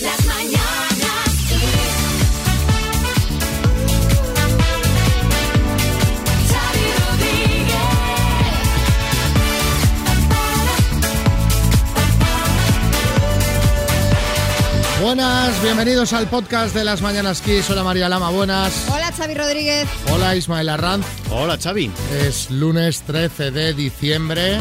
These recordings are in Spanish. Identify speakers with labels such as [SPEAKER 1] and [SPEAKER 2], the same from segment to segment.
[SPEAKER 1] Las mañanas Kiss. Xavi Rodríguez.
[SPEAKER 2] Buenas, bienvenidos al podcast de las Mañanas Kiss. Hola María Lama, buenas.
[SPEAKER 3] Hola Xavi Rodríguez.
[SPEAKER 2] Hola Ismael Arranz.
[SPEAKER 4] Hola Xavi.
[SPEAKER 2] Es lunes 13 de diciembre.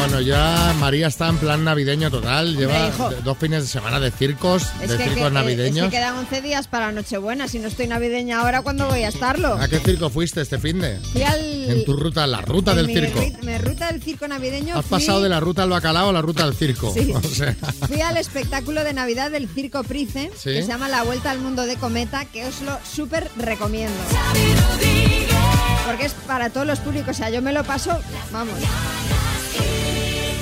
[SPEAKER 2] Bueno, ya María está en plan navideño total. Lleva
[SPEAKER 3] hijo.
[SPEAKER 2] dos fines de semana de circos, de circos
[SPEAKER 3] que- eh,
[SPEAKER 2] navideños.
[SPEAKER 3] es que quedan 11 días para Nochebuena. Si no estoy navideña ahora, ¿cuándo voy a estarlo?
[SPEAKER 2] ¿A qué circo fuiste este fin de?
[SPEAKER 3] Fui al-
[SPEAKER 2] En tu ruta, la ruta
[SPEAKER 3] en
[SPEAKER 2] del
[SPEAKER 3] mi
[SPEAKER 2] circo.
[SPEAKER 3] rit- mi ruta del circo navideño.
[SPEAKER 2] Has
[SPEAKER 3] fui-
[SPEAKER 2] pasado de la ruta al bacalao a la ruta al circo.
[SPEAKER 3] Sí.
[SPEAKER 2] O sea,
[SPEAKER 3] Fui al espectáculo de Navidad del Circo Price,
[SPEAKER 2] Sí.
[SPEAKER 3] que se llama La Vuelta al Mundo de Cometa, que os lo súper recomiendo. Porque es para todos los públicos. O sea, yo me lo paso, vamos.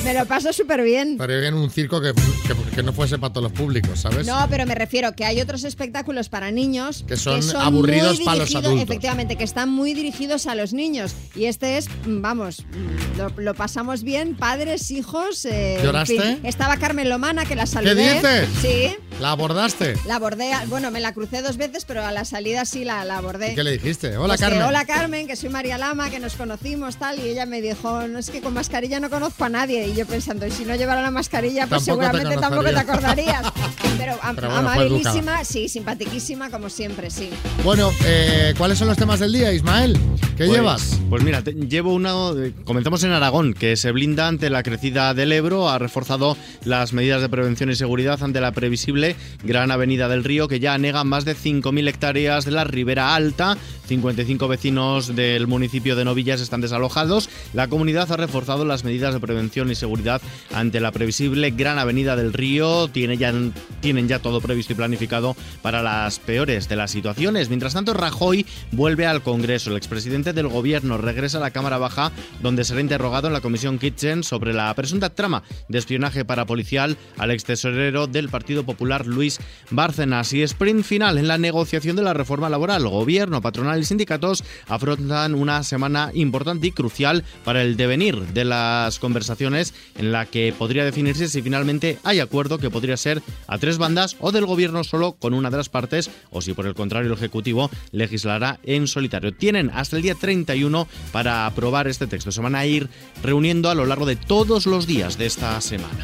[SPEAKER 3] Me lo paso súper bien.
[SPEAKER 2] pero en un circo que, que- que no fuese para todos los públicos, ¿sabes?
[SPEAKER 3] No, pero me refiero que hay otros espectáculos para niños
[SPEAKER 2] Pues Que son aburridos
[SPEAKER 3] muy
[SPEAKER 2] para los
[SPEAKER 3] dirigidos-
[SPEAKER 2] adultos.
[SPEAKER 3] Efectivamente, que están muy dirigidos a los niños. Y este es, mm, vamos, mm, lo, lo pasamos bien, padres, hijos. eh, en
[SPEAKER 2] ¿Lloraste?
[SPEAKER 3] fin. Estaba Carmen Lomana, que la saludé.
[SPEAKER 2] dices?
[SPEAKER 3] Sí.
[SPEAKER 2] ¿La abordaste?
[SPEAKER 3] La abordé, a- bueno, me la crucé dos veces, pero a la salida sí la, la abordé.
[SPEAKER 2] ¿Y qué le dijiste? Hola
[SPEAKER 3] Pues que,
[SPEAKER 2] Carmen.
[SPEAKER 3] Hola Carmen, que soy María Lama, que nos conocimos tal, y ella me dijo, no es que con mascarilla no conozco a nadie, y yo pensando, y si no llevara la mascarilla, pues
[SPEAKER 2] Tampoco te
[SPEAKER 3] seguramente tampoco te
[SPEAKER 2] conocería.
[SPEAKER 3] acordarías. Pero, am-
[SPEAKER 2] Pero bueno, fue
[SPEAKER 3] amabilísima,
[SPEAKER 2] educada.
[SPEAKER 3] sí, simpatiquísima como siempre, sí.
[SPEAKER 2] Bueno, eh, ¿cuáles son los temas del día, Ismael? ¿Qué
[SPEAKER 4] Pues-
[SPEAKER 2] llevas?
[SPEAKER 4] Pues mira, te- llevo una. eh, Comenzamos en Aragón, que se blinda ante la crecida del Ebro, ha reforzado las medidas de prevención y seguridad ante la previsible gran avenida del río, que ya anega más de 5.000 hectáreas de la ribera alta. 55 vecinos del municipio de Novillas están desalojados. La comunidad ha reforzado las medidas de prevención y seguridad ante la previsible gran avenida del río. Tiene ya, tienen ya todo previsto y planificado para las peores de las situaciones. Mientras tanto, Rajoy vuelve al Congreso. El expresidente del gobierno regresa a la Cámara Baja, donde será interrogado en la Comisión Kitchen sobre la presunta trama de espionaje parapolicial al ex tesorero del Partido Popular, Luis Bárcenas. Y sprint final en la negociación de la reforma laboral. Gobierno, patronal y sindicatos afrontan una semana importante y crucial para el devenir de las conversaciones en la que podría definirse si finalmente hay acuerdo que podría ser a tres bandas o del gobierno solo con una de las partes o si por el contrario el Ejecutivo legislará en solitario. Tienen hasta el día 31 para aprobar este texto. Se van a ir reuniendo a lo largo de todos los días de esta semana.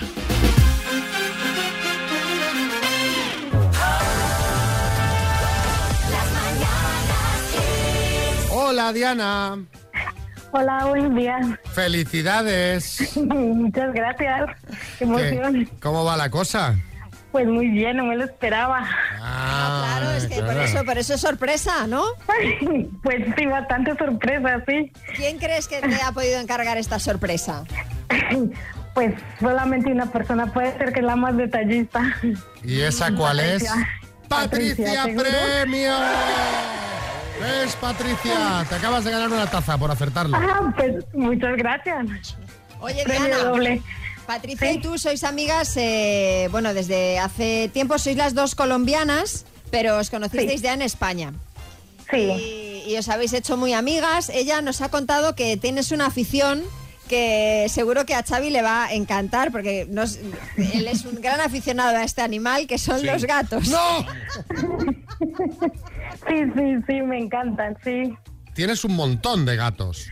[SPEAKER 2] Hola Diana.
[SPEAKER 5] Hola, buen día.
[SPEAKER 2] Felicidades.
[SPEAKER 5] Muchas gracias. Qué emoción.
[SPEAKER 2] ¿Qué? ¿Cómo va la cosa?
[SPEAKER 5] Pues muy bien, no me lo esperaba.
[SPEAKER 2] Ah,
[SPEAKER 3] claro, es que por
[SPEAKER 2] claro.
[SPEAKER 3] eso, por eso es sorpresa, ¿no?
[SPEAKER 5] Pues sí, bastante sorpresa, sí.
[SPEAKER 3] ¿Quién crees que te ha podido encargar esta sorpresa?
[SPEAKER 5] Pues solamente una persona puede ser que es la más detallista.
[SPEAKER 2] ¿Y esa cuál es?
[SPEAKER 5] Patricia,
[SPEAKER 2] Patricia
[SPEAKER 5] ¿seguro?
[SPEAKER 2] Premio. ¿Ves, Patricia? Te acabas de ganar una taza por acertarlo.
[SPEAKER 5] Ah, pues muchas gracias.
[SPEAKER 3] Oye,
[SPEAKER 5] Premio
[SPEAKER 3] Diana.
[SPEAKER 5] doble.
[SPEAKER 3] Patricia
[SPEAKER 5] Sí.
[SPEAKER 3] y tú sois amigas, eh, bueno, desde hace tiempo sois las dos colombianas, pero os conocisteis
[SPEAKER 5] Sí.
[SPEAKER 3] ya en España.
[SPEAKER 5] Sí.
[SPEAKER 3] Y, y os habéis hecho muy amigas. Ella nos ha contado que tienes una afición que seguro que a Xavi le va a encantar, porque nos- él es un gran aficionado a este animal, que son los gatos.
[SPEAKER 2] ¡No!
[SPEAKER 5] Sí, sí, sí, me encantan, sí.
[SPEAKER 2] Tienes un montón de gatos.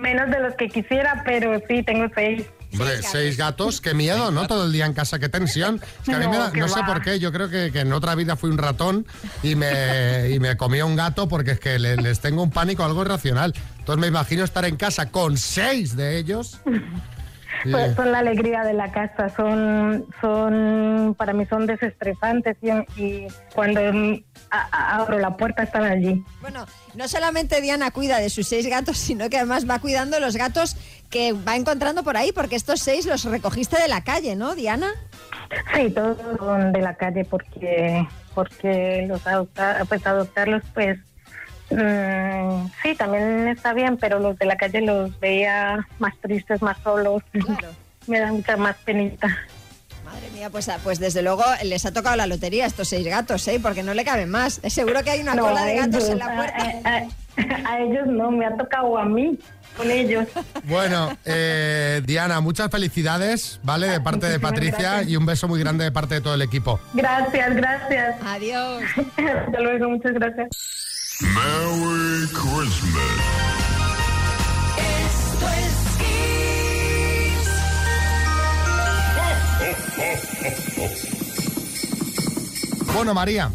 [SPEAKER 5] Menos de los que quisiera, pero sí, tengo seis.
[SPEAKER 2] Hombre, seis gatos, qué miedo, ¿no? Todo el día en casa, qué tensión. Es que a mí me da-
[SPEAKER 5] No, qué
[SPEAKER 2] no sé
[SPEAKER 5] va.
[SPEAKER 2] por qué, yo creo que, que en otra vida fui un ratón y me, y me comí un gato porque es que le- les tengo un pánico algo irracional. Entonces me imagino estar en casa con seis de ellos. Y-
[SPEAKER 5] Pues son la alegría de la casa, son, son para mí son desestresantes y, y cuando mm, a- a- abro la puerta están allí.
[SPEAKER 3] Bueno, no solamente Diana cuida de sus seis gatos, sino que además va cuidando los gatos que va encontrando por ahí, porque estos seis los recogiste de la calle, ¿no, Diana?
[SPEAKER 5] Sí, todos son de la calle porque porque los adopta, pues adoptarlos pues mm, sí también está bien, pero los de la calle los veía más tristes, más solos,
[SPEAKER 3] Claro.
[SPEAKER 5] me da mucha más penita.
[SPEAKER 3] Madre Mira, pues, ah, pues desde luego les ha tocado la lotería a estos seis gatos, ¿eh? Porque no le caben más. Seguro que hay una
[SPEAKER 5] No,
[SPEAKER 3] cola
[SPEAKER 5] a
[SPEAKER 3] de gatos
[SPEAKER 5] ellos,
[SPEAKER 3] en la
[SPEAKER 5] a-
[SPEAKER 3] puerta.
[SPEAKER 5] A, a- a ellos no, me ha tocado a mí con ellos.
[SPEAKER 2] Bueno, eh, Diana, muchas felicidades, ¿vale? De parte de
[SPEAKER 5] muchísimas
[SPEAKER 2] Patricia
[SPEAKER 5] gracias.
[SPEAKER 2] y un beso muy grande de parte de todo el equipo.
[SPEAKER 5] Gracias, gracias.
[SPEAKER 3] Adiós.
[SPEAKER 5] Hasta luego, muchas gracias.
[SPEAKER 6] Merry Christmas.
[SPEAKER 1] Esto es Kiss.
[SPEAKER 2] Bueno, María,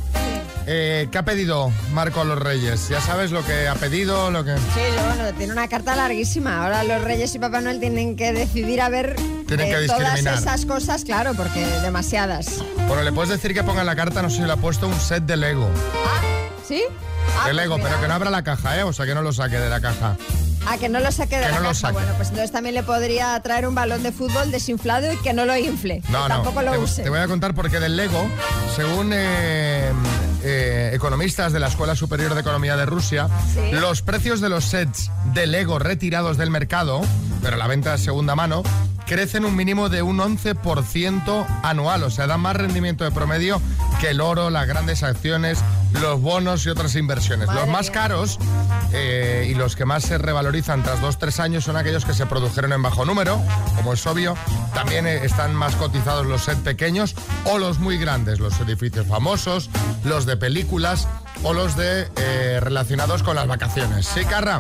[SPEAKER 2] eh, ¿qué ha pedido Marco a los Reyes? Ya sabes lo que ha pedido, lo que...
[SPEAKER 3] Sí, bueno, tiene una carta larguísima. Ahora los Reyes y Papá Noel tienen que decidir a ver
[SPEAKER 2] Tienen que
[SPEAKER 3] todas
[SPEAKER 2] discriminar.
[SPEAKER 3] esas cosas, claro, porque demasiadas.
[SPEAKER 2] Bueno, le puedes decir que ponga en la carta, no sé si le ha puesto un set de Lego.
[SPEAKER 3] ¿Sí?
[SPEAKER 2] de
[SPEAKER 3] Ah, pues
[SPEAKER 2] Lego,
[SPEAKER 3] mira.
[SPEAKER 2] pero que no abra la caja, ¿eh? O sea, que no lo saque de la caja.
[SPEAKER 3] Ah, que no lo saque de
[SPEAKER 2] Que
[SPEAKER 3] la
[SPEAKER 2] no lo
[SPEAKER 3] caja.
[SPEAKER 2] saque.
[SPEAKER 3] Bueno, pues entonces también le podría traer un balón de fútbol desinflado y que no lo infle.
[SPEAKER 2] No, no.
[SPEAKER 3] que Tampoco lo
[SPEAKER 2] te,
[SPEAKER 3] use.
[SPEAKER 2] te voy a contar porque del Lego, según eh, eh, economistas de la Escuela Superior de Economía de Rusia,
[SPEAKER 3] Sí.
[SPEAKER 2] los precios de los sets de Lego retirados del mercado, pero la venta de segunda mano, crecen un mínimo de un 11% anual. O sea, dan más rendimiento de promedio que el oro, las grandes acciones, los bonos y otras inversiones.
[SPEAKER 3] Madre
[SPEAKER 2] los más
[SPEAKER 3] mía.
[SPEAKER 2] caros eh, y los que más se revalorizan tras dos tres años son aquellos que se produjeron en bajo número, como es obvio. También eh, están más cotizados los set pequeños o los muy grandes, los edificios famosos, los de películas o los de eh, relacionados con las vacaciones. Sí, Carra.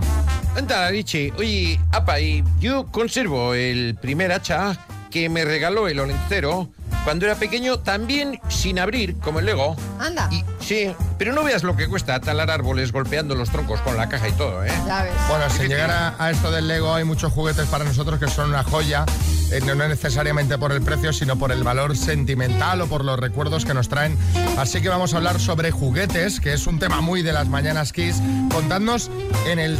[SPEAKER 7] Anda, la leche. Oye, apa, y yo conservo el primer hacha que me regaló el olencero cuando era pequeño, también sin abrir, como el Lego.
[SPEAKER 3] Anda.
[SPEAKER 7] Y sí, pero no veas lo que cuesta talar árboles golpeando los troncos con la caja y todo, ¿eh?
[SPEAKER 3] Ya ves.
[SPEAKER 2] Bueno, si llegara a esto del Lego, hay muchos juguetes para nosotros que son una joya, eh, no no necesariamente por el precio, sino por el valor sentimental o por los recuerdos que nos traen. Así que vamos a hablar sobre juguetes, que es un tema muy de las mañanas Kiss. Contadnos en el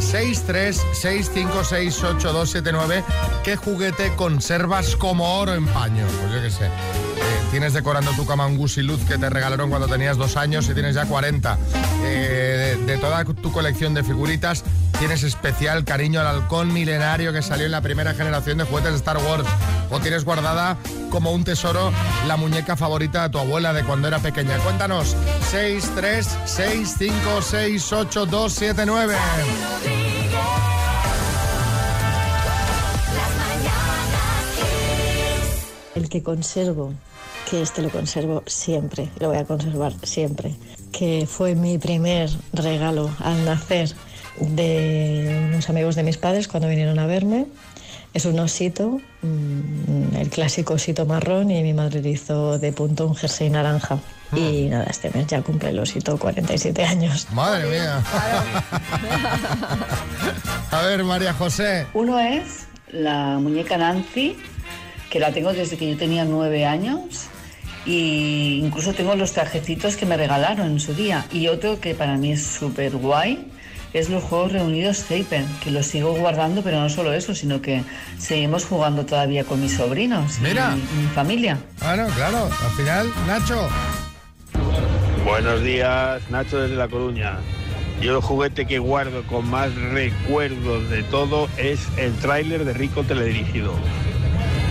[SPEAKER 2] 636568279 qué juguete conservas como oro en paño. Pues yo qué sé. Eh, Tienes decorando tu cama un gusiluz que te regalaron cuando tenías dos años y tienes ya 40. Eh, de, de toda tu colección de figuritas, tienes especial cariño al halcón milenario que salió en la primera generación de juguetes de Star Wars. O tienes guardada como un tesoro la muñeca favorita de tu abuela de cuando era pequeña. Cuéntanos, 6, 3, 6, 5, 6, 8, 2, 7, 9.
[SPEAKER 1] Las mañanas Kiss.
[SPEAKER 8] El que conservo, que este lo conservo siempre, lo voy a conservar siempre, que fue mi primer regalo al nacer de unos amigos de mis padres cuando vinieron a verme. Es un osito, mm, el clásico osito marrón, y mi madre le hizo de punto un jersey naranja. Y
[SPEAKER 9] Ah.
[SPEAKER 8] nada, este mes ya cumple el osito 47 años.
[SPEAKER 2] Madre mía. A ver, María José.
[SPEAKER 10] Uno es la muñeca Nancy, que la tengo desde que yo tenía nueve años. Y incluso tengo los trajecitos que me regalaron en su día. Y otro que para mí es súper guay es los Juegos Reunidos Hyper, que los sigo guardando, pero no solo eso, sino que seguimos jugando todavía con mis sobrinos
[SPEAKER 2] Mira.
[SPEAKER 10] y mi familia.
[SPEAKER 2] Ah, no, claro. Al final, Nacho.
[SPEAKER 11] Buenos días, Nacho desde La Coruña. Yo el juguete que guardo con más recuerdos de todo es el tráiler de Rico Teledirigido.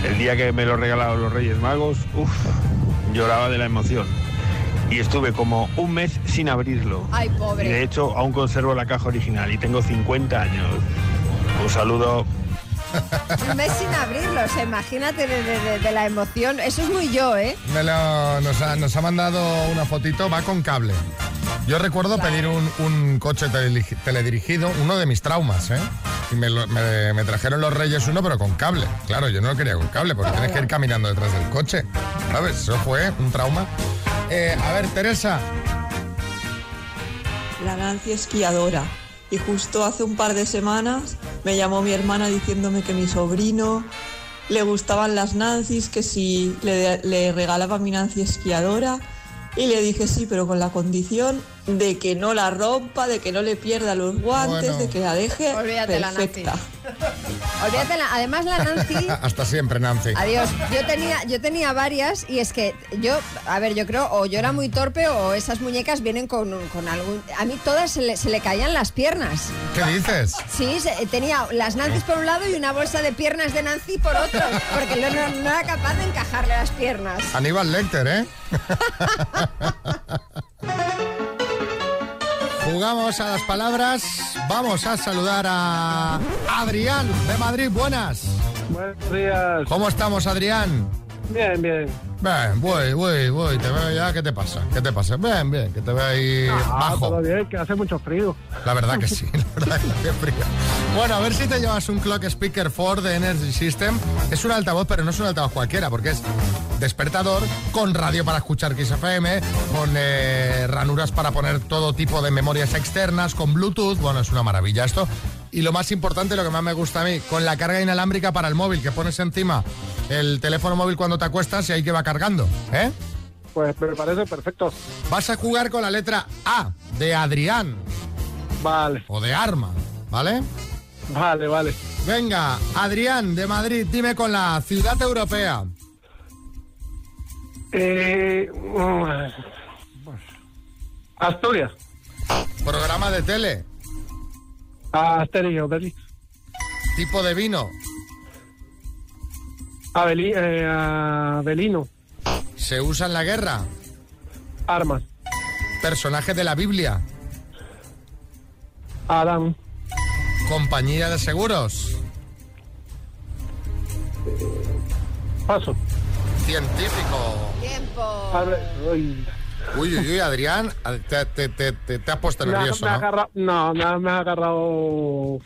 [SPEAKER 11] El día que me lo regalaron los Reyes Magos, uff, lloraba de la emoción. Y estuve como un mes sin abrirlo.
[SPEAKER 3] Ay,
[SPEAKER 11] Y de
[SPEAKER 3] pobre.
[SPEAKER 11] hecho, aún conservo la caja original y tengo 50 años. Un saludo.
[SPEAKER 3] Un mes sin abrirlo, o sea, imagínate de, de- de- de la emoción. Eso es muy yo, ¿eh?
[SPEAKER 2] Me lo- nos, ha, nos ha mandado una fotito, va con cable. Yo recuerdo pedir un, un coche teleli- teledirigido, uno de mis traumas, ¿eh? Y me, lo- me- me trajeron los Reyes uno, pero con cable. Claro, yo no lo quería con cable, porque tienes que ir caminando detrás del coche. ¿Sabes? Eso fue un trauma. Eh, a ver, Teresa.
[SPEAKER 12] La Nancy esquiadora. Y justo hace un par de semanas me llamó mi hermana diciéndome que mi sobrino le gustaban las Nancy's, que si le, le regalaba mi Nancy esquiadora. Y le dije sí, pero con la condición de que no la rompa, de que no le pierda los guantes,
[SPEAKER 2] Bueno.
[SPEAKER 12] de que la deje
[SPEAKER 3] Olvídate la Nancy.
[SPEAKER 12] perfecta.
[SPEAKER 3] Olvídatela. Además, la Nancy.
[SPEAKER 2] Hasta siempre, Nancy.
[SPEAKER 3] Adiós. Yo tenía, yo tenía varias y es que yo, a ver, yo creo, o yo era muy torpe o esas muñecas vienen con, con algún... A mí todas se le, se le caían las piernas.
[SPEAKER 2] ¿Qué dices?
[SPEAKER 3] Sí, se- eh, tenía las Nancy's por un lado y una bolsa de piernas de Nancy por otro, porque no, no- no era capaz de encajarle las piernas.
[SPEAKER 2] Aníbal Lecter, ¿eh? Jugamos a las palabras. Vamos a saludar a Adrián de Madrid. Buenas.
[SPEAKER 9] Buenos días.
[SPEAKER 2] ¿Cómo estamos, Adrián?
[SPEAKER 9] Bien, bien.
[SPEAKER 2] Bien, voy, voy, voy. Te veo ya. ¿Qué te pasa? ¿Qué te pasa? Bien, bien. Que te veo ahí
[SPEAKER 9] Ah,
[SPEAKER 2] bajo.
[SPEAKER 9] todo bien, que hace mucho frío.
[SPEAKER 2] La verdad que sí, la verdad que hace frío. Bueno, a ver si te llevas un Clock Speaker 4 de Energy System. Es un altavoz, pero no es un altavoz cualquiera, porque es despertador, con radio para escuchar Kiss FM, con eh, ranuras para poner todo tipo de memorias externas, con Bluetooth. Bueno, es una maravilla esto. Y lo más importante, lo que más me gusta a mí, con la carga inalámbrica para el móvil, que pones encima el teléfono móvil cuando te acuestas y ahí que va cargando, ¿eh?
[SPEAKER 9] Pues me parece perfecto.
[SPEAKER 2] Vas a jugar con la letra A de Adrián.
[SPEAKER 9] Vale.
[SPEAKER 2] O de arma, ¿vale?
[SPEAKER 9] Vale, vale.
[SPEAKER 2] Venga, Adrián de Madrid, dime con la ciudad europea.
[SPEAKER 9] Eh, mm, Asturias.
[SPEAKER 2] Programa de tele.
[SPEAKER 9] Asterio, Berlín.
[SPEAKER 2] Tipo de vino.
[SPEAKER 9] Abeli, eh, Abelino.
[SPEAKER 2] Se usa en la guerra.
[SPEAKER 9] Armas.
[SPEAKER 2] Personaje de la Biblia.
[SPEAKER 9] Adán.
[SPEAKER 2] Compañía de seguros.
[SPEAKER 9] Paso.
[SPEAKER 2] Científico.
[SPEAKER 3] Tiempo.
[SPEAKER 9] Uy,
[SPEAKER 2] Uy, uy, uy, Adrián, te, te- te- te- te has puesto
[SPEAKER 9] me ha-
[SPEAKER 2] nervioso,
[SPEAKER 9] me ha
[SPEAKER 2] ¿no?
[SPEAKER 9] agarrado, no, me ha, me ha agarrado.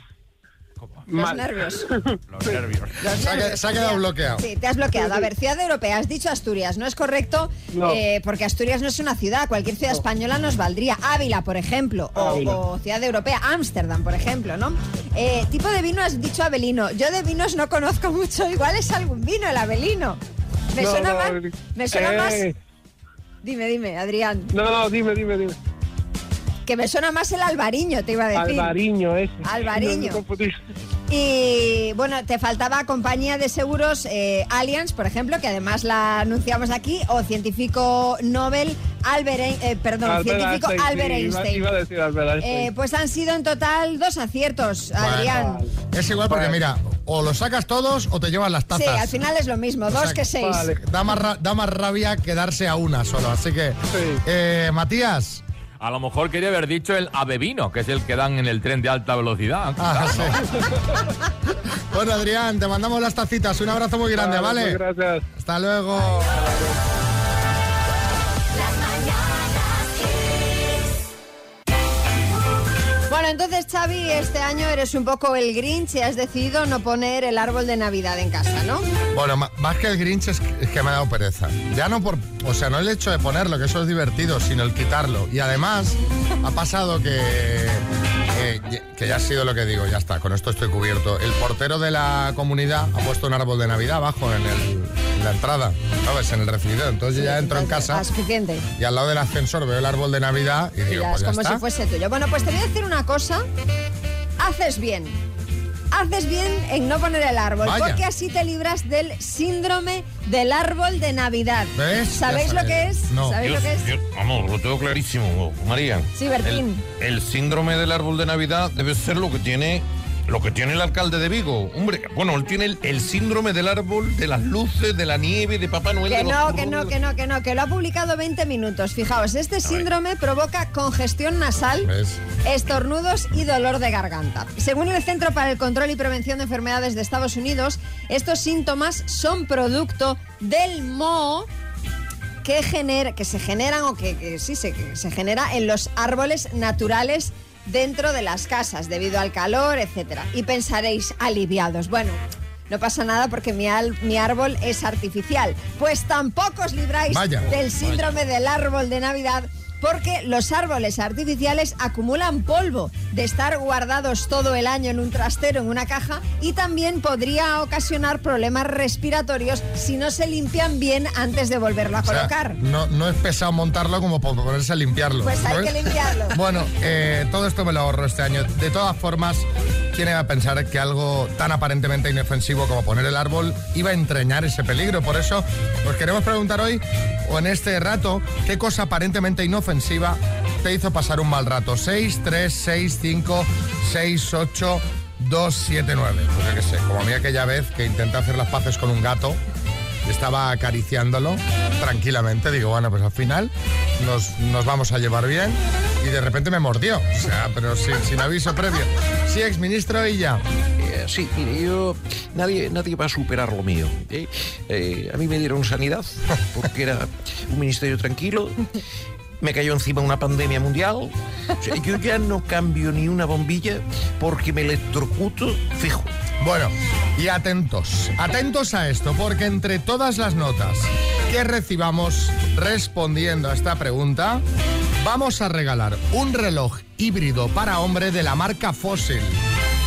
[SPEAKER 9] mal.
[SPEAKER 3] nervios.
[SPEAKER 7] Los nervios.
[SPEAKER 2] Se ha, que- se ha quedado bloqueado.
[SPEAKER 3] Sí, te has bloqueado. A ver, ciudad europea, has dicho Asturias, no es correcto,
[SPEAKER 2] No.
[SPEAKER 3] eh, porque Asturias no es una ciudad, cualquier ciudad española nos valdría. Ávila, por ejemplo, o,
[SPEAKER 13] Ávila.
[SPEAKER 3] o ciudad europea, Ámsterdam, por ejemplo, ¿no? Eh, tipo de vino has dicho Abelino. Yo de vinos no conozco mucho, igual es algún vino el Abelino. Me
[SPEAKER 9] No,
[SPEAKER 3] suena
[SPEAKER 9] no,
[SPEAKER 3] más. Me suena
[SPEAKER 9] eh,
[SPEAKER 3] más. Dime, dime, Adrián.
[SPEAKER 9] No, no, dime, dime, dime.
[SPEAKER 3] Que me suena más el albariño, te iba a decir.
[SPEAKER 9] Alvariño ese.
[SPEAKER 3] Alvariño.
[SPEAKER 9] eh. No me confundí.
[SPEAKER 3] Y bueno, te faltaba compañía de seguros eh, Allianz, por ejemplo, que además la anunciamos aquí, o científico Nobel Albert, Ein- eh, perdón,
[SPEAKER 9] Albert
[SPEAKER 3] científico
[SPEAKER 9] Einstein, sí,
[SPEAKER 3] Albert
[SPEAKER 9] iba-
[SPEAKER 3] Einstein.
[SPEAKER 9] Iba, a decir Albert Einstein.
[SPEAKER 3] Eh, pues han sido en total dos aciertos,
[SPEAKER 2] Bueno,
[SPEAKER 3] Adrián.
[SPEAKER 2] Es igual
[SPEAKER 9] Pues.
[SPEAKER 2] porque, mira, o los sacas todos o te llevas las
[SPEAKER 3] Sí,
[SPEAKER 2] tazas.
[SPEAKER 3] al final es lo mismo,
[SPEAKER 2] O
[SPEAKER 3] dos
[SPEAKER 2] sea,
[SPEAKER 3] que seis.
[SPEAKER 2] vale, Da más, ra- da más rabia quedarse a una solo. Así que, eh, Matías.
[SPEAKER 14] A lo mejor quería haber dicho el avevino, que es el que dan en el tren de alta velocidad.
[SPEAKER 2] Ah, sí. bueno, Adrián, te mandamos las tacitas. Un abrazo muy grande, ¿vale?
[SPEAKER 9] Vale, pues gracias.
[SPEAKER 2] Hasta luego.
[SPEAKER 3] Bueno, entonces, Xavi, este año eres un poco el Grinch y has decidido no poner el árbol de Navidad en casa, ¿no?
[SPEAKER 2] Bueno, ma- más que el Grinch es que es que me ha dado pereza. Ya no por, o sea, no el hecho de ponerlo, que eso es divertido, sino el quitarlo. Y además ha pasado que eh, que ya ha sido lo que digo, ya está, con esto estoy cubierto. El portero de la comunidad ha puesto un árbol de Navidad abajo en, el- en la entrada, ¿sabes? En el recibidor. Entonces yo ya entro en casa
[SPEAKER 3] Ah, Suficiente.
[SPEAKER 2] y al lado del ascensor veo el árbol de Navidad y digo,
[SPEAKER 3] Ya,
[SPEAKER 2] pues
[SPEAKER 3] es
[SPEAKER 2] ya
[SPEAKER 3] como
[SPEAKER 2] está.
[SPEAKER 3] si fuese tuyo. Bueno, pues te voy a decir una cosa. Haces bien. Haces bien en no poner el árbol,
[SPEAKER 2] Vaya.
[SPEAKER 3] porque así te libras del síndrome del árbol de Navidad.
[SPEAKER 7] ¿Ves?
[SPEAKER 3] ¿Sabéis
[SPEAKER 7] Ya
[SPEAKER 3] lo que es? ¿Sabéis
[SPEAKER 7] Yo-
[SPEAKER 3] lo que es?
[SPEAKER 7] yo- vamos, lo tengo clarísimo, María.
[SPEAKER 3] Sí, Bertín.
[SPEAKER 7] El, el síndrome del árbol de Navidad debe ser lo que tiene lo que tiene el alcalde de Vigo. Hombre, bueno, él tiene el, el síndrome del árbol, de las luces, de la nieve, de Papá Noel.
[SPEAKER 3] Que
[SPEAKER 7] de los
[SPEAKER 3] no, que
[SPEAKER 7] turrones.
[SPEAKER 3] no, que no, que no, que lo ha publicado 20 minutos. Fijaos, este síndrome provoca congestión nasal, estornudos y dolor de garganta. Según el Centro para el Control y Prevención de Enfermedades de Estados Unidos, estos síntomas son producto del moho que, gener- que se generan o que, que sí se, que se genera en los árboles naturales dentro de las casas debido al calor, etcétera. Y pensaréis aliviados. Bueno, no pasa nada porque mi, al- mi árbol es artificial. Pues tampoco os libráis
[SPEAKER 2] Vaya.
[SPEAKER 3] del síndrome del árbol de Navidad porque los árboles artificiales acumulan polvo de estar guardados todo el año en un trastero, en una caja, y también podría ocasionar problemas respiratorios si no se limpian bien antes de volverlo a
[SPEAKER 2] O sea,
[SPEAKER 3] colocar.
[SPEAKER 2] no, no es pesado montarlo como para ponerse a limpiarlo.
[SPEAKER 3] Pues hay
[SPEAKER 2] ¿sabes?
[SPEAKER 3] que limpiarlo.
[SPEAKER 2] Bueno, eh, todo esto me lo ahorro este año. De todas formas, ¿quién iba a pensar que algo tan aparentemente inofensivo como poner el árbol iba a entreñar ese peligro? Por eso, os queremos preguntar hoy, o en este rato, ¿qué cosa aparentemente inofensiva te hizo pasar un mal rato? 6, 3, 6, 5, 6, 8, 2, 7, 9. Pues yo qué sé, como a mí aquella vez que intenté hacer las paces con un gato estaba acariciándolo tranquilamente. Digo, bueno, pues al final nos, nos vamos a llevar bien. Y de repente me mordió. O sea, pero sin, sin aviso previo. Sí, exministro y ya.
[SPEAKER 7] Eh, sí, mire, yo. Nadie, nadie va a superar lo mío. ¿eh? Eh, a mí me dieron sanidad, porque era un ministerio tranquilo. Me cayó encima una pandemia mundial. O sea, yo ya no cambio ni una bombilla porque me electrocuto fijo.
[SPEAKER 2] Bueno, y atentos, atentos a esto, porque entre todas las notas que recibamos respondiendo a esta pregunta, vamos a regalar un reloj híbrido para hombre de la marca Fossil.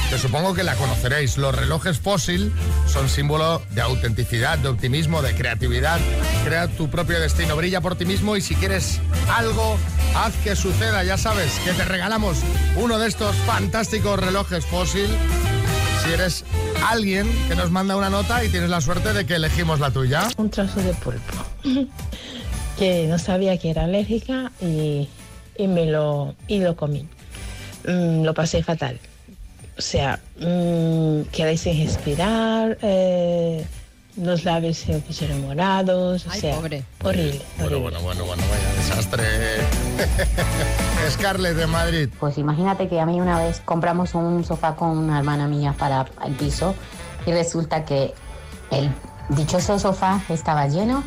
[SPEAKER 2] Que supongo que la conoceréis. Los relojes Fossil son símbolo de autenticidad, de optimismo, de creatividad. Crea tu propio destino, brilla por ti mismo y si quieres algo, haz que suceda. Ya sabes que te regalamos uno de estos fantásticos relojes Fossil si eres alguien que nos manda una nota y tienes la suerte de que elegimos la tuya.
[SPEAKER 8] Un trozo de pulpo. que no sabía que era alérgica y, y me lo, y lo comí. Mm, lo pasé fatal. O sea, mm, quedé sin respirar, eh, los labios se pusieron morados, o
[SPEAKER 2] Ay,
[SPEAKER 8] sea,
[SPEAKER 2] pobre.
[SPEAKER 8] horrible.
[SPEAKER 2] Bueno, bueno, bueno, bueno, vaya desastre. Scarlett de Madrid.
[SPEAKER 13] Pues imagínate que a mí una vez compramos un sofá con una hermana mía para el piso y resulta que el dichoso sofá estaba lleno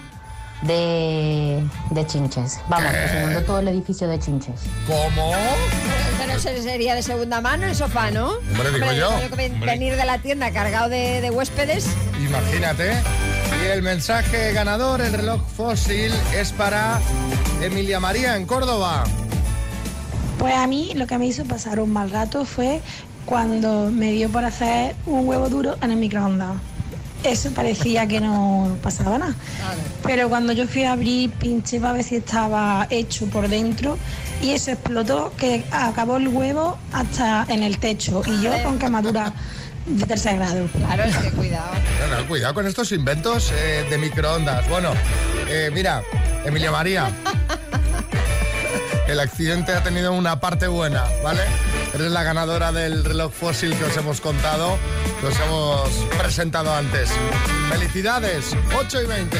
[SPEAKER 13] de, de chinches. Vamos, que se inundó todo el edificio de chinches.
[SPEAKER 2] ¿Cómo?
[SPEAKER 3] Pero eso sería de segunda mano el sofá, ¿no?
[SPEAKER 2] Hombre, digo yo.
[SPEAKER 3] que ven-
[SPEAKER 2] Hombre.
[SPEAKER 3] Venir de la tienda cargado de, de huéspedes.
[SPEAKER 2] Imagínate. Y el mensaje ganador, el reloj fósil, es para Emilia María en Córdoba.
[SPEAKER 15] Pues a mí lo que me hizo pasar un mal rato fue cuando me dio por hacer un huevo duro en el microondas. Eso parecía que no pasaba nada. Pero cuando yo fui a abrir, pinché para ver si estaba hecho por dentro y eso explotó, que acabó el huevo hasta en el techo y yo con quemadura de tercer grado.
[SPEAKER 3] Claro, es que cuidado.
[SPEAKER 2] Bueno, cuidado con estos inventos eh, de microondas. Bueno, eh, mira, Emilia María, el accidente ha tenido una parte buena, ¿vale? Eres la ganadora del reloj fósil que os hemos contado, que os hemos presentado antes. Felicidades, 8 y 20.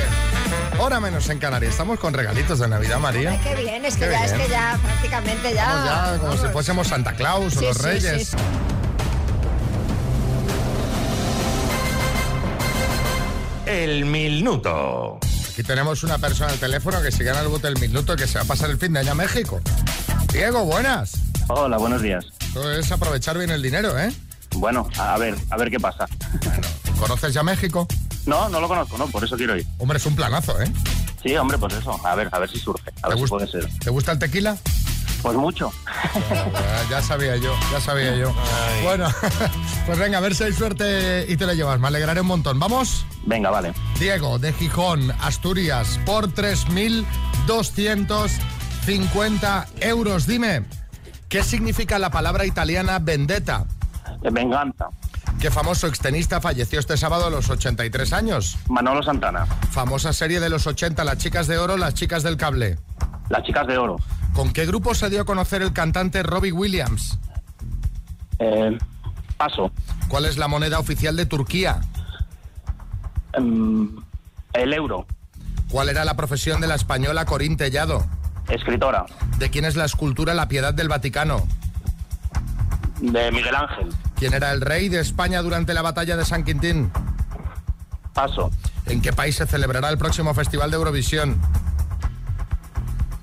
[SPEAKER 2] Hora menos en Canarias. Estamos con regalitos de Navidad, María.
[SPEAKER 3] Qué bien, es que
[SPEAKER 2] Qué
[SPEAKER 3] ya, es
[SPEAKER 2] bien.
[SPEAKER 3] que ya prácticamente ya.
[SPEAKER 2] Estamos ya como si fuésemos Santa Claus o
[SPEAKER 3] Sí,
[SPEAKER 2] los
[SPEAKER 3] sí,
[SPEAKER 2] Reyes.
[SPEAKER 3] sí, sí.
[SPEAKER 2] El minuto. Aquí tenemos una persona al teléfono que si gana el voto del minuto que se va a pasar el fin de año a México. Diego, buenas.
[SPEAKER 16] Hola, buenos días.
[SPEAKER 2] Todo es aprovechar bien el dinero, ¿eh?
[SPEAKER 16] Bueno, a ver, a ver qué pasa.
[SPEAKER 2] ¿Conoces ya México?
[SPEAKER 16] No, no lo conozco, no, por eso quiero ir.
[SPEAKER 2] Hombre, es un planazo, ¿eh?
[SPEAKER 16] Sí, hombre, pues eso, a ver, a ver si surge, a ver si puede ser.
[SPEAKER 2] ¿Te gusta el tequila?
[SPEAKER 16] Pues mucho.
[SPEAKER 2] Ah, ya sabía yo, ya sabía yo. Bueno, pues venga, a ver si hay suerte y te la llevas. Me alegraré un montón. ¿Vamos?
[SPEAKER 16] Venga, vale.
[SPEAKER 2] Diego, de Gijón, Asturias, por 3.250 euros. Dime, ¿qué significa la palabra italiana vendetta?
[SPEAKER 16] Eh, Venganza.
[SPEAKER 2] ¿Qué famoso extenista falleció este sábado a los 83 años?
[SPEAKER 16] Manolo Santana,
[SPEAKER 2] Famosa serie de los 80, Las chicas de oro, Las chicas del cable.
[SPEAKER 16] Las chicas de oro.
[SPEAKER 2] ¿Con qué grupo se dio a conocer el cantante Robbie Williams?
[SPEAKER 16] Eh, paso.
[SPEAKER 2] ¿Cuál es la moneda oficial de Turquía?
[SPEAKER 16] Em, el euro.
[SPEAKER 2] ¿Cuál era la profesión de la española Corín Tellado?
[SPEAKER 16] Escritora.
[SPEAKER 2] ¿De quién es la escultura La Piedad del Vaticano?
[SPEAKER 16] De Miguel Ángel.
[SPEAKER 2] ¿Quién era el rey de España durante la batalla de San Quintín?
[SPEAKER 16] Paso.
[SPEAKER 2] ¿En qué país se celebrará el próximo Festival de Eurovisión?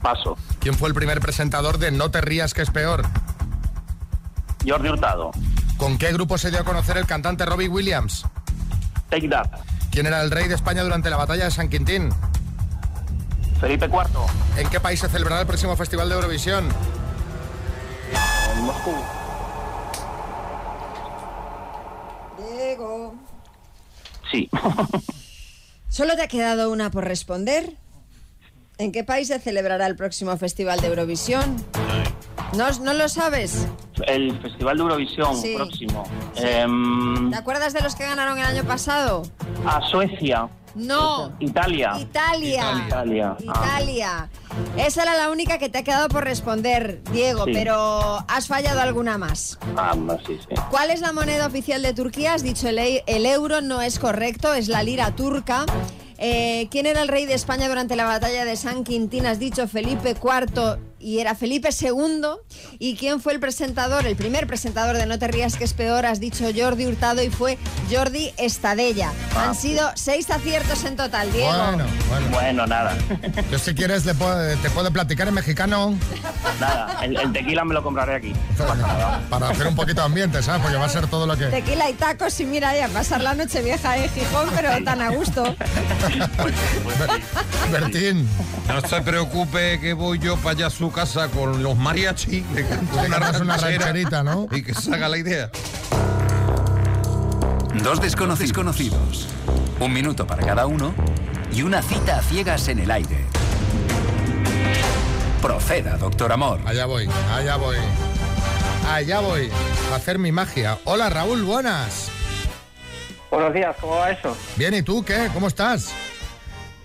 [SPEAKER 16] Paso.
[SPEAKER 2] ¿Quién fue el primer presentador de No te rías que es peor?
[SPEAKER 16] Jordi Hurtado.
[SPEAKER 2] ¿Con qué grupo se dio a conocer el cantante Robbie Williams?
[SPEAKER 16] Take That.
[SPEAKER 2] ¿Quién era el rey de España durante la batalla de San Quintín?
[SPEAKER 17] Felipe IV.
[SPEAKER 2] ¿En qué país se celebrará el próximo Festival de Eurovisión?
[SPEAKER 17] En Moscú.
[SPEAKER 3] Diego.
[SPEAKER 17] Sí.
[SPEAKER 3] Solo te ha quedado una por responder. ¿En qué país se celebrará el próximo Festival de Eurovisión? No, no lo sabes.
[SPEAKER 17] El Festival de Eurovisión
[SPEAKER 3] Sí.
[SPEAKER 17] próximo.
[SPEAKER 3] Sí.
[SPEAKER 17] Em,
[SPEAKER 3] ¿Te acuerdas de los que ganaron el año pasado?
[SPEAKER 17] a Suecia.
[SPEAKER 3] No.
[SPEAKER 17] Italia.
[SPEAKER 3] Italia.
[SPEAKER 17] Italia. Ah.
[SPEAKER 3] Italia. Esa era la única que te ha quedado por responder, Diego,
[SPEAKER 17] Sí.
[SPEAKER 3] pero has fallado alguna más.
[SPEAKER 17] Ah, no, sí, sí.
[SPEAKER 3] ¿Cuál es la moneda oficial de Turquía? Has dicho el, e- el euro, no es correcto, es la lira turca. Eh, ¿Quién era el rey de España durante la batalla de San Quintín? Has dicho Felipe IV y era Felipe II. ¿Y quién fue el presentador, el primer presentador de No te rías que es peor? Has dicho Jordi Hurtado y fue Jordi Estadella.
[SPEAKER 18] Ah,
[SPEAKER 3] Han sido seis aciertos en total, Diego.
[SPEAKER 2] Bueno, bueno.
[SPEAKER 17] Bueno, nada.
[SPEAKER 2] Yo si quieres le puedo- te puedo platicar en mexicano
[SPEAKER 17] Nada, el, el tequila me lo compraré aquí.
[SPEAKER 2] para hacer un poquito de ambiente, ¿sabes? Porque va a ser todo lo que...
[SPEAKER 3] Tequila y tacos y mira, ya pasar la noche vieja en Gijón, pero tan a gusto.
[SPEAKER 2] Bertín.
[SPEAKER 19] No se preocupe que voy yo para allá a su casa con los mariachi. Le canto
[SPEAKER 2] Le cantas una rancherita, ¿no?
[SPEAKER 19] Y que se haga la idea.
[SPEAKER 20] Dos desconocidos conocidos. Un minuto para cada uno y una cita a ciegas en el aire. Proceda, doctor Amor.
[SPEAKER 2] Allá voy, allá voy. Allá voy, a hacer mi magia. Hola Raúl, buenas.
[SPEAKER 18] Buenos días, ¿cómo va eso?
[SPEAKER 2] Bien, ¿y tú qué? ¿Cómo estás?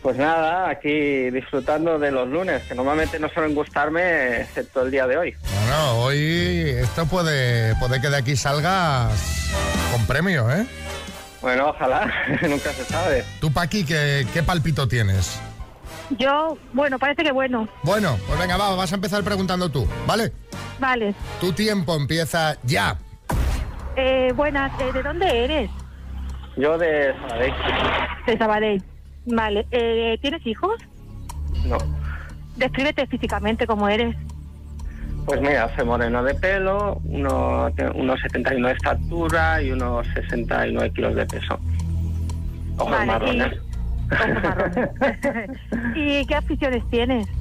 [SPEAKER 18] Pues nada, aquí disfrutando de los lunes, que normalmente no suelen gustarme, excepto el día de hoy.
[SPEAKER 2] Bueno, hoy esto puede, puede que de aquí salgas con premio, ¿eh?
[SPEAKER 18] Bueno, ojalá, nunca se sabe.
[SPEAKER 2] Tú, Paqui, ¿qué, qué palpito tienes?
[SPEAKER 5] Yo, bueno, parece que bueno.
[SPEAKER 2] Bueno, pues venga, va, vas a empezar preguntando tú, ¿vale?
[SPEAKER 5] Vale.
[SPEAKER 2] Tu tiempo empieza ya.
[SPEAKER 5] Eh, buenas, eh, ¿de dónde eres?
[SPEAKER 18] Yo de Sabadell.
[SPEAKER 5] De Sabadell. Vale. Eh, ¿Tienes hijos?
[SPEAKER 18] No.
[SPEAKER 5] Descríbete físicamente cómo eres.
[SPEAKER 18] Pues mira, soy moreno de pelo, uno- unos 71 de estatura y unos 69 kilos de peso. Ojos
[SPEAKER 5] Vale,
[SPEAKER 18] marrones.
[SPEAKER 5] ¿Y qué aficiones tienes?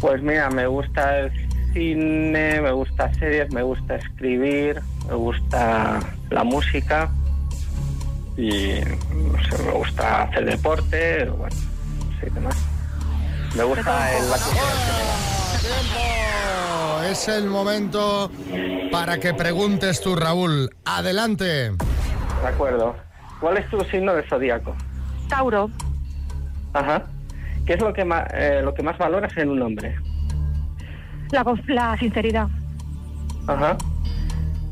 [SPEAKER 18] Pues mira, me gusta el cine, me gusta series, me gusta escribir, me gusta la música y no sé, me gusta hacer deporte, bueno, sí, qué más. Me gusta el
[SPEAKER 2] Oh, es el momento para que preguntes tú, Raúl. Adelante.
[SPEAKER 18] De acuerdo. ¿Cuál es tu signo de zodíaco?
[SPEAKER 5] Tauro.
[SPEAKER 18] Ajá. ¿Qué es lo que más, lo que más valoras en un hombre?
[SPEAKER 5] La, conf- la sinceridad.
[SPEAKER 18] Ajá.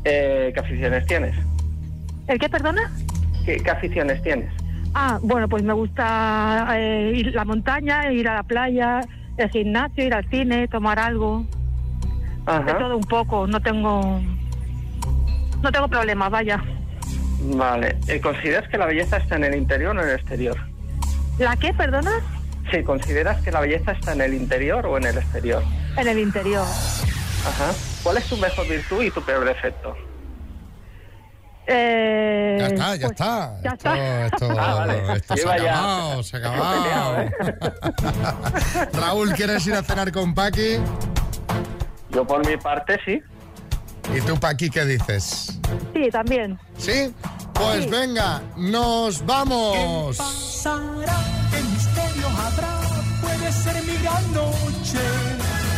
[SPEAKER 18] Eh, ¿Qué aficiones tienes?
[SPEAKER 5] ¿El qué, perdona?
[SPEAKER 18] ¿Qué, qué aficiones tienes?
[SPEAKER 5] Ah, bueno, pues me gusta eh, ir a la montaña, ir a la playa, el gimnasio, ir al cine, tomar algo. De todo un poco. No tengo. No tengo problemas, vaya.
[SPEAKER 18] Vale. Eh, ¿Consideras que la belleza está en el interior o en el exterior?
[SPEAKER 5] ¿La qué, perdona?
[SPEAKER 18] Sí, ¿consideras que la belleza está en el interior o en el exterior?
[SPEAKER 5] En el interior.
[SPEAKER 18] Ajá. ¿Cuál es tu mejor virtud y tu peor defecto?
[SPEAKER 5] Eh,
[SPEAKER 2] Ya está, ya
[SPEAKER 5] pues,
[SPEAKER 2] está.
[SPEAKER 5] Ya
[SPEAKER 2] Esto,
[SPEAKER 5] está.
[SPEAKER 2] esto-
[SPEAKER 18] Ah, vale.
[SPEAKER 2] esto se
[SPEAKER 18] Iba
[SPEAKER 2] ha
[SPEAKER 18] ya.
[SPEAKER 2] acabado, se ha acabado.
[SPEAKER 5] ¿eh?
[SPEAKER 2] Raúl, ¿quieres ir a cenar con Paqui?
[SPEAKER 18] Yo por mi parte sí.
[SPEAKER 2] ¿Y tú, Paqui, qué dices?
[SPEAKER 5] Sí, también.
[SPEAKER 2] ¿Sí? Pues venga, nos vamos.
[SPEAKER 21] Pasará, qué misterio habrá, puede ser mi gran noche.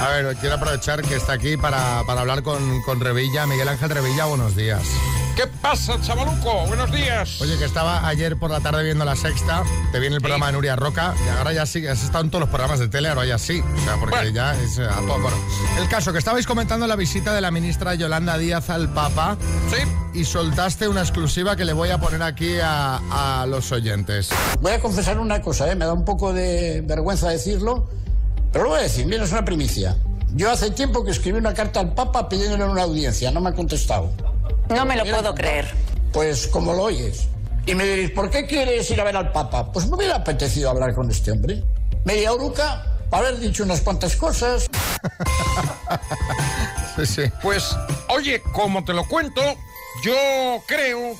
[SPEAKER 2] A ver, quiero aprovechar que está aquí para, para hablar con, con Revilla. Miguel Ángel Revilla, buenos días.
[SPEAKER 19] ¿Qué pasa, chavaluco? Buenos días.
[SPEAKER 2] Oye, que estaba ayer por la tarde viendo La Sexta, te viene el programa de Nuria Roca, y ahora ya sí, has estado en todos los programas de tele, ahora ya sí, o sea, porque ya es eh, a todo. Bueno, el caso, que estabais comentando la visita de la ministra Yolanda Díaz al Papa, y soltaste una exclusiva que le voy a poner aquí a, a los oyentes.
[SPEAKER 8] Voy a confesar una cosa, ¿eh? me da un poco de vergüenza decirlo, pero lo voy a decir, mira, es una primicia. Yo hace tiempo que escribí una carta al Papa pidiéndole una audiencia, no me ha contestado. No me lo puedo creer. Pues como lo oyes. Y me diréis, ¿por qué quieres ir a ver al Papa? Pues me hubiera apetecido hablar con este hombre. Media oruca, para haber dicho unas cuantas cosas.
[SPEAKER 2] Sí, sí.
[SPEAKER 19] Pues, oye, como te lo cuento, yo creo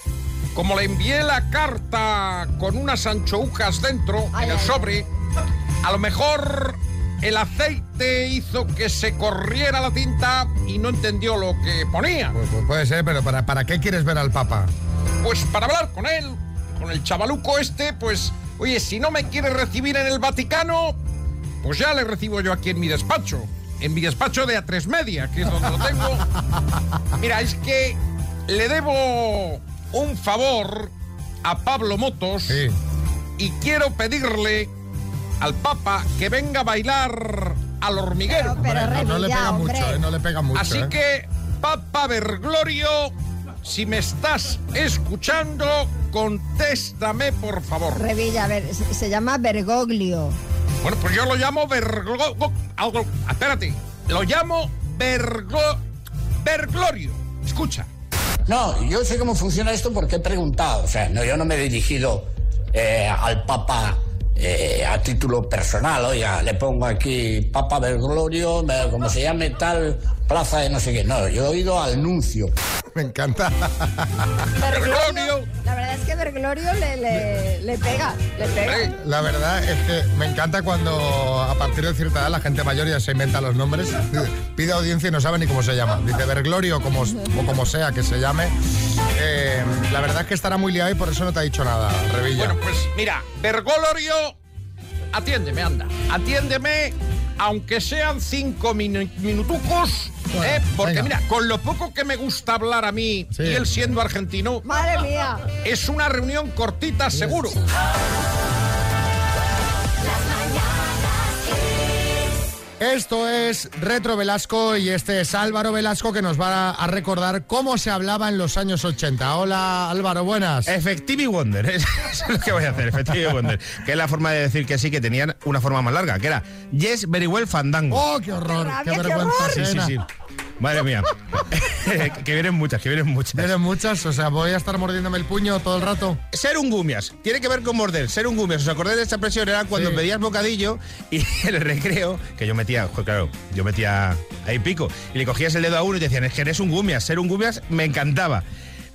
[SPEAKER 20] Como le envié la carta con unas anchoujas dentro, en el sobre, a lo mejor el aceite hizo que se corriera la tinta y no entendió lo que ponía.
[SPEAKER 18] Pues, pues puede ser, pero ¿para, ¿para qué quieres ver al Papa?
[SPEAKER 20] Pues para hablar con él, con el chavaluco este, pues, oye, si no me quiere recibir en el Vaticano, pues ya le recibo yo aquí en mi despacho. En mi despacho de a tres media, que es donde lo tengo. Mira, es que le debo un favor a Pablo Motos y quiero pedirle al Papa que venga a bailar al hormiguero.
[SPEAKER 18] Pero, pero No, no le pega mucho, eh, no le pega mucho.
[SPEAKER 20] Así
[SPEAKER 18] eh.
[SPEAKER 20] que, Papa Bergoglio, si me estás escuchando, contéstame, por favor.
[SPEAKER 3] Revilla, a ver, se, se llama Bergoglio.
[SPEAKER 20] Bueno, pues yo lo llamo Bergo... go- algo- Espérate. Lo llamo Bergo... Berglorio. Escucha.
[SPEAKER 8] No, yo sé cómo funciona esto porque he preguntado. O sea, no, yo no me he dirigido eh, al Papa eh, a título personal. Oiga, le pongo aquí Papa Bergoglio, me- como se llame tal plaza de no sé qué. No, yo he ido al nuncio.
[SPEAKER 18] Me encanta.
[SPEAKER 3] La verdad es que Bergoglio le, le, le pega, le pega.
[SPEAKER 18] La verdad es que me encanta cuando a partir de cierta edad la gente mayor ya se inventa los nombres, pide audiencia y no sabe ni cómo se llama. Dice Berglorio como, o como sea que se llame. Eh, la verdad es que estará muy liado y por eso no te ha dicho nada, Revilla.
[SPEAKER 20] Bueno, pues mira, Berglorio, atiéndeme, anda. Atiéndeme, aunque sean cinco minu- minutucos, ¿eh? porque mira, con lo poco que me gusta hablar a mí y él siendo argentino,
[SPEAKER 3] Madre mía.
[SPEAKER 20] es una reunión cortita, seguro.
[SPEAKER 2] pues-
[SPEAKER 18] Esto es Retro Velasco y este es Álvaro Velasco que nos va a recordar cómo se hablaba en los años 80. Hola Álvaro, buenas.
[SPEAKER 2] Effective Wonder, es eso es lo que voy a hacer, Effective Wonder. Que es la forma de decir que sí, que tenían una forma más larga, que era Yes Very Well Fandango.
[SPEAKER 18] ¡Oh, qué horror! ¡Qué, rabia, qué vergüenza
[SPEAKER 2] Sí, sí,
[SPEAKER 18] ajena!
[SPEAKER 2] sí. Madre mía. que vienen muchas, que vienen muchas.
[SPEAKER 18] Vienen muchas, o sea, voy a estar mordiéndome el puño todo el rato.
[SPEAKER 2] Ser un gumias, tiene que ver con morder, ser un gumias. ¿Os acordáis de esta expresión? Era cuando pedías bocadillo y en el recreo, que yo metía, jo, claro, yo metía ahí pico, y le cogías el dedo a uno y te decían, es que eres un gumias, ser un gumias me encantaba.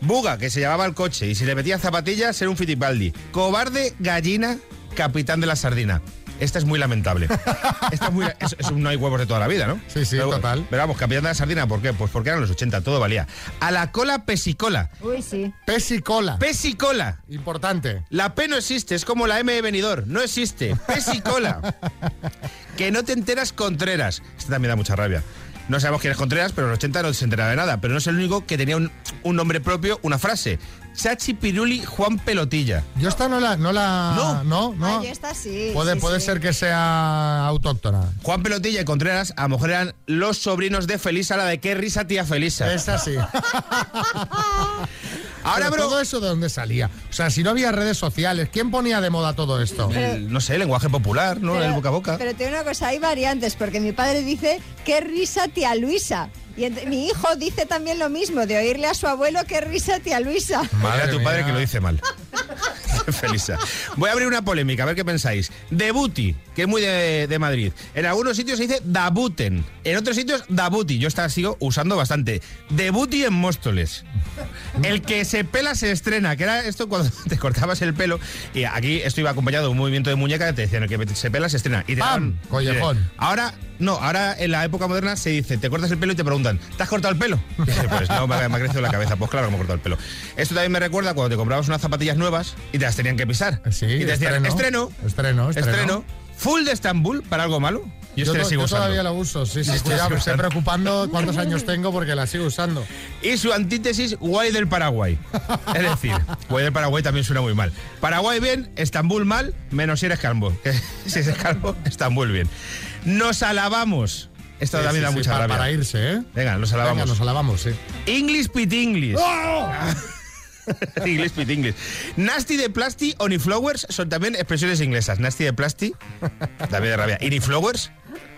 [SPEAKER 2] Buga, que se llamaba el coche, y si le metías zapatillas, ser un fitipaldi. Cobarde, gallina, capitán de la sardina. Esta es muy lamentable. Esta es muy, es- es un no hay huevos de toda la vida, ¿no? Sí, sí, total. Pero vamos, capitán de la sardina, ¿por qué? Pues porque eran los 80, todo valía. A la cola pesicola.
[SPEAKER 3] Uy, sí.
[SPEAKER 18] Pesicola.
[SPEAKER 2] Pesicola.
[SPEAKER 18] Importante.
[SPEAKER 2] La P no existe, es como la M de venidor, no existe. Pesicola. que no te enteras Contreras. Este también da mucha rabia. No sabemos quién es Contreras, pero en los 80 no se enteraba de nada. Pero no es el único que tenía un, un nombre propio, una frase. Chachi Piruli Juan Pelotilla.
[SPEAKER 18] Yo esta no la... No, la, no, no.
[SPEAKER 3] Ay, esta sí.
[SPEAKER 18] Puede,
[SPEAKER 3] sí,
[SPEAKER 18] puede
[SPEAKER 3] sí.
[SPEAKER 18] ser que sea autóctona.
[SPEAKER 2] Juan Pelotilla y Contreras a lo mejor eran los sobrinos de Felisa, la de qué risa tía Felisa.
[SPEAKER 18] Es así.
[SPEAKER 2] Ahora,
[SPEAKER 18] Pero
[SPEAKER 2] bro-
[SPEAKER 18] ¿Todo eso de dónde salía? O sea, si no había redes sociales, ¿quién ponía de moda todo esto?
[SPEAKER 3] El-
[SPEAKER 2] no sé, el lenguaje popular, ¿no?
[SPEAKER 3] Pero- Pero tiene una cosa, hay variantes, porque mi padre dice, qué risa tía Luisa. Y ent- mi hijo dice también lo mismo, de oírle a su abuelo, qué risa tía Luisa.
[SPEAKER 2] Madre Pues tu padre que lo dice mal. Felisa. Voy a abrir una polémica, a ver qué pensáis. Debuti, que es muy de, de Madrid. En algunos sitios se dice Dabuten. En otros sitios, Dabuti. Yo esta sigo usando bastante. Debuti en Móstoles. El que se pela se estrena, que era esto cuando te cortabas el pelo. Y aquí esto iba acompañado de un movimiento de muñeca que te decían, el que se pela se estrena. Y te daban-
[SPEAKER 18] Collejón.
[SPEAKER 2] Ahora, no, ahora en la época moderna se dice, te cortas el pelo y te preguntan, ¿te has cortado el pelo? Y dices, pues no, me ha, me ha crecido la cabeza. Pues claro que me he cortado el pelo. Esto también me recuerda cuando te comprabas unas zapatillas nuevas y te las tenían que pisar. y te decían, estreno,
[SPEAKER 18] Estreno, estreno.
[SPEAKER 2] estreno, full de Estambul para algo malo. Yo, este
[SPEAKER 18] to-
[SPEAKER 2] le sigo
[SPEAKER 18] yo
[SPEAKER 2] usando.
[SPEAKER 18] todavía la uso, sí, sí,
[SPEAKER 2] Este
[SPEAKER 18] cuidado,
[SPEAKER 2] sigo
[SPEAKER 18] me estoy
[SPEAKER 2] usando.
[SPEAKER 18] preocupando cuántos años tengo porque la sigo usando.
[SPEAKER 2] Y su antítesis, guay del Paraguay. Es decir, guay del Paraguay también suena muy mal. Paraguay bien, Estambul mal, menos si eres calvo. si eres calvo, Estambul bien. Nos alabamos. Esto
[SPEAKER 18] Sí,
[SPEAKER 2] también
[SPEAKER 18] sí,
[SPEAKER 2] da
[SPEAKER 18] sí,
[SPEAKER 2] mucha
[SPEAKER 18] para-
[SPEAKER 2] rabia.
[SPEAKER 18] para irse, ¿eh?
[SPEAKER 2] Venga, nos ¡Oh! alabamos.
[SPEAKER 18] Venga, nos alabamos, sí.
[SPEAKER 2] English pit English. English pit English. Nasty de Plasti o Ni Flowers son también expresiones inglesas. Nasty de Plasti, también de rabia. Y Ni Flowers,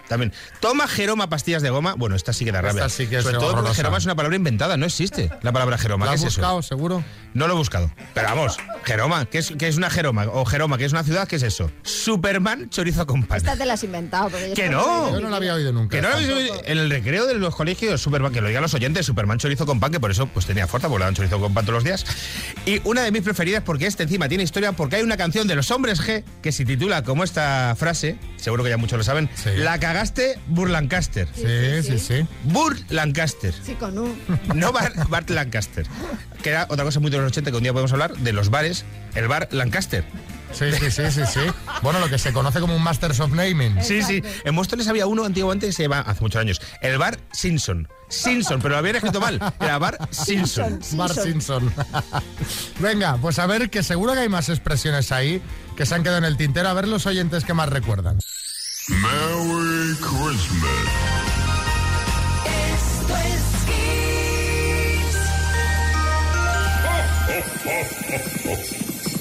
[SPEAKER 20] También. Toma Jeroma pastillas de goma. Bueno, esta sí que da
[SPEAKER 2] Esta
[SPEAKER 20] rabia.
[SPEAKER 2] sí que es
[SPEAKER 20] Sobre todo porque
[SPEAKER 2] horrorosa.
[SPEAKER 20] Jeroma es una palabra inventada, no existe la palabra Jeroma.
[SPEAKER 2] ¿La
[SPEAKER 20] ¿Qué
[SPEAKER 2] has
[SPEAKER 20] es eso?
[SPEAKER 2] buscado, seguro?
[SPEAKER 20] No lo he buscado. Pero vamos, Jeroma, ¿qué es, qué es una Jeroma? O Jeroma, ¿qué es una ciudad? ¿Qué es eso? Superman chorizo con pan.
[SPEAKER 3] Esta te la has inventado. porque yo
[SPEAKER 20] Que
[SPEAKER 3] esta
[SPEAKER 20] no.
[SPEAKER 3] la he vivido.
[SPEAKER 2] oído nunca.
[SPEAKER 20] Que no lo habéis oído. en el recreo de los colegios, Superman, que lo digan los oyentes, Superman chorizo con pan, que por eso pues tenía fuerza, porque le dan chorizo con pan todos los días. Y una de mis preferidas, porque este encima tiene historia, porque hay una canción de los hombres G que se titula como esta frase, seguro que ya muchos lo saben, La cagaste Burt Lancaster.
[SPEAKER 3] Sí, sí, sí, sí.
[SPEAKER 20] Burt Lancaster.
[SPEAKER 3] Sí, con un.
[SPEAKER 20] No Bar- Bart Lancaster. Que era otra cosa muy de los 80 que un día podemos hablar, de los bares, el bar Lancaster.
[SPEAKER 2] Sí, sí, sí, sí, sí. Bueno, lo que se conoce como un Masters of Naming.
[SPEAKER 20] Sí, sí. En Móstoles había uno antiguamente que se llamaba, hace muchos años, el bar Simpson. Simpson, pero lo habían escrito mal. Era bar Simpson.
[SPEAKER 2] Bar Simpson. Venga, pues a ver, que seguro que hay más expresiones ahí que se han quedado en el tintero. A ver los oyentes que más recuerdan.
[SPEAKER 6] Merry Christmas.
[SPEAKER 1] Esto es Kiss.